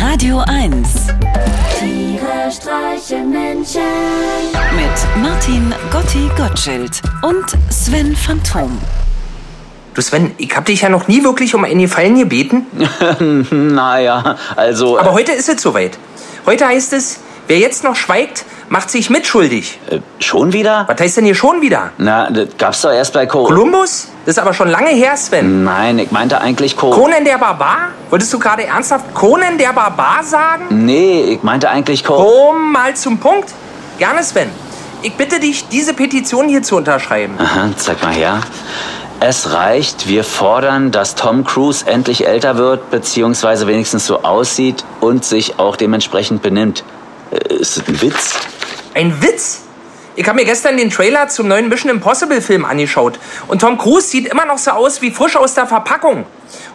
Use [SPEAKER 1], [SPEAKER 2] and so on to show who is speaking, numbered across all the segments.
[SPEAKER 1] Radio 1
[SPEAKER 2] Tiere streichen Menschen.
[SPEAKER 1] mit Martin Gotti Gottschild und Sven Phantom.
[SPEAKER 3] Du Sven, ich hab dich ja noch nie wirklich um einen Gefallen gebeten,
[SPEAKER 4] Naja, also.
[SPEAKER 3] aber heute ist es soweit. Heute heißt es, wer jetzt noch schweigt, macht sich mitschuldig.
[SPEAKER 4] äh, schon wieder?
[SPEAKER 3] Was heißt denn hier schon wieder?
[SPEAKER 4] Na, das gab's doch erst bei Co.
[SPEAKER 3] Columbus? Das ist aber schon lange her, Sven.
[SPEAKER 4] Nein, ich meinte eigentlich Co.
[SPEAKER 3] Conan der Barbar? Wolltest du gerade ernsthaft Conan der Barbar sagen?
[SPEAKER 4] nee, ich meinte eigentlich Co.
[SPEAKER 3] Komm mal zum Punkt. Gerne, Sven. Ich bitte dich, diese Petition hier zu unterschreiben.
[SPEAKER 4] Aha, zeig mal her. Es reicht, wir fordern, dass Tom Cruise endlich älter wird, beziehungsweise wenigstens so aussieht und sich auch dementsprechend benimmt. Äh, Ist das ein Witz?
[SPEAKER 3] Ein Witz? Ich habe mir gestern den Trailer zum neuen Mission Impossible Film angeschaut. Und Tom Cruise sieht immer noch so aus wie frisch aus der Verpackung.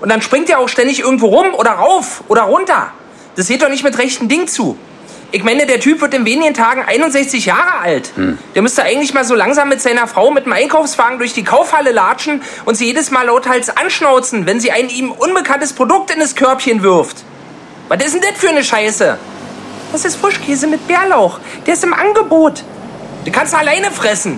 [SPEAKER 3] Und dann springt er auch ständig irgendwo rum oder rauf oder runter. Das sieht doch nicht mit rechten Ding zu. Ich meine, der Typ wird in wenigen Tagen 61 Jahre alt. Der müsste eigentlich mal so langsam mit seiner Frau mit dem Einkaufswagen durch die Kaufhalle latschen und sie jedes Mal lauthals anschnauzen, wenn sie ein ihm unbekanntes Produkt in das Körbchen wirft. Was ist denn das für eine Scheiße? Das ist Frischkäse mit Bärlauch. Der ist im Angebot. Den kannst du alleine fressen.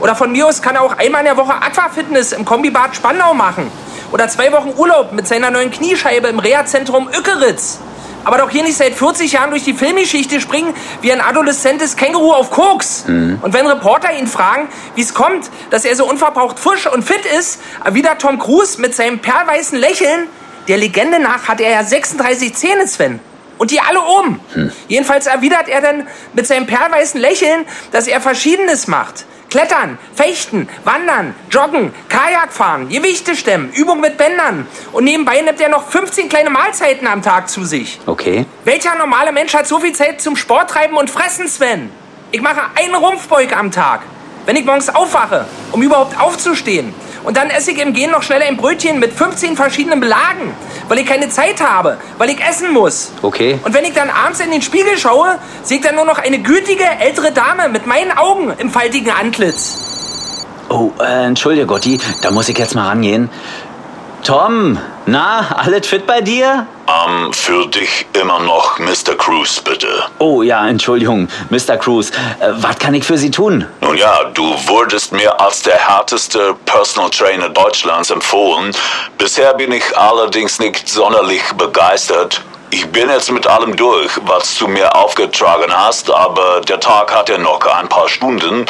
[SPEAKER 3] Oder von mir aus kann er auch einmal in der Woche Aquafitness im Kombibad Spandau machen. Oder zwei Wochen Urlaub mit seiner neuen Kniescheibe im Reha-Zentrum Ückeritz. Aber doch hier nicht seit 40 Jahren durch die Filmgeschichte springen wie ein adoleszentes Känguru auf Koks. Und wenn Reporter ihn fragen, wie es kommt, dass er so unverbraucht frisch und fit ist, erwidert Tom Cruise mit seinem perlweißen Lächeln, der Legende nach hat er ja 36 Zähne, Sven. Und die alle um. Jedenfalls erwidert er dann mit seinem perlweißen Lächeln, dass er Verschiedenes macht. Klettern, Fechten, Wandern, Joggen, Kajak fahren, Gewichte stemmen, Übung mit Bändern. Und nebenbei nimmt er noch 15 kleine Mahlzeiten am Tag zu sich.
[SPEAKER 4] Okay.
[SPEAKER 3] Welcher normale Mensch hat so viel Zeit zum Sport treiben und fressen, Sven? Ich mache einen Rumpfbeug am Tag, wenn ich morgens aufwache, um überhaupt aufzustehen. Und dann esse ich im Gehen noch schnell ein Brötchen mit 15 verschiedenen Belagen, weil ich keine Zeit habe, weil ich essen muss.
[SPEAKER 4] Okay.
[SPEAKER 3] Und wenn ich dann abends in den Spiegel schaue, sehe ich dann nur noch eine gütige ältere Dame mit meinen Augen im faltigen Antlitz.
[SPEAKER 4] Oh, äh, entschuldige Gotti, da muss ich jetzt mal rangehen. Tom, na, alles fit bei dir?
[SPEAKER 5] Ähm, für dich immer noch Mr. Cruz, bitte.
[SPEAKER 4] Oh ja, Entschuldigung, Mr. Cruz. Äh, was kann ich für Sie tun?
[SPEAKER 5] Nun ja, du wurdest mir als der härteste Personal Trainer Deutschlands empfohlen. Bisher bin ich allerdings nicht sonderlich begeistert. Ich bin jetzt mit allem durch, was du mir aufgetragen hast, aber der Tag hat ja noch ein paar Stunden.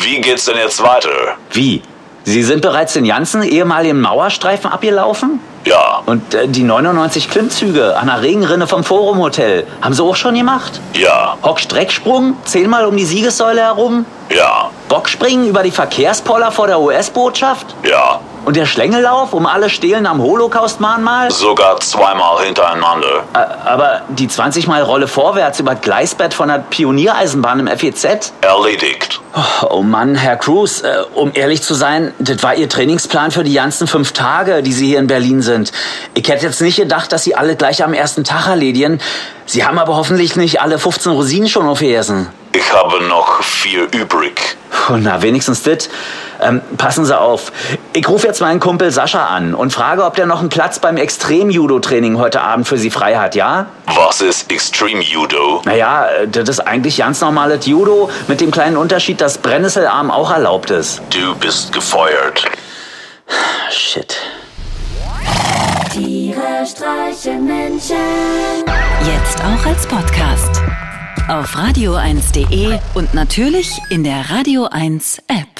[SPEAKER 5] Wie geht's denn jetzt weiter?
[SPEAKER 4] Wie? Sie sind bereits den ganzen ehemaligen Mauerstreifen abgelaufen?
[SPEAKER 5] Ja,
[SPEAKER 4] Und äh, die 99 Klimmzüge an der Regenrinne vom Forum Hotel haben Sie auch schon gemacht?
[SPEAKER 5] ja,
[SPEAKER 4] Hockstrecksprung, zehnmal um die Siegessäule herum?
[SPEAKER 5] ja,
[SPEAKER 4] Bockspringen über die Verkehrspoller vor der US-Botschaft?
[SPEAKER 5] ja.
[SPEAKER 4] Und der Schlängellauf um alle Stelen am Holocaust-Mahnmal?
[SPEAKER 5] Sogar zweimal hintereinander.
[SPEAKER 4] Äh, Aber die 20-Mal-Rolle vorwärts über das Gleisbett von der Pioniereisenbahn im E FEZ?
[SPEAKER 5] Erledigt.
[SPEAKER 4] Oh Mann, Herr Cruz, äh, um ehrlich zu sein, das war Ihr Trainingsplan für die ganzen fünf Tage, die Sie hier in Berlin sind. Ich hätte jetzt nicht gedacht, dass Sie alle gleich am ersten Tag erledigen. Sie haben aber hoffentlich nicht alle 15 Rosinen schon aufgegessen.
[SPEAKER 5] Ich habe noch vier übrig.
[SPEAKER 4] Puh, na, wenigstens das. Ähm, passen Sie auf. Ich rufe jetzt meinen Kumpel Sascha an und frage, ob der noch einen Platz beim Extrem-Judo-Training heute Abend für Sie frei hat, ja?
[SPEAKER 5] Was ist Extreme Judo?
[SPEAKER 4] Naja, äh, das ist eigentlich ganz normales Judo, mit dem kleinen Unterschied, dass Brennnesselarm auch erlaubt ist.
[SPEAKER 5] Du bist gefeuert.
[SPEAKER 4] Ah, Shit.
[SPEAKER 2] Tiere streichen Menschen.
[SPEAKER 1] Jetzt auch als Podcast. Auf radio1.de und natürlich in der Radio 1 App.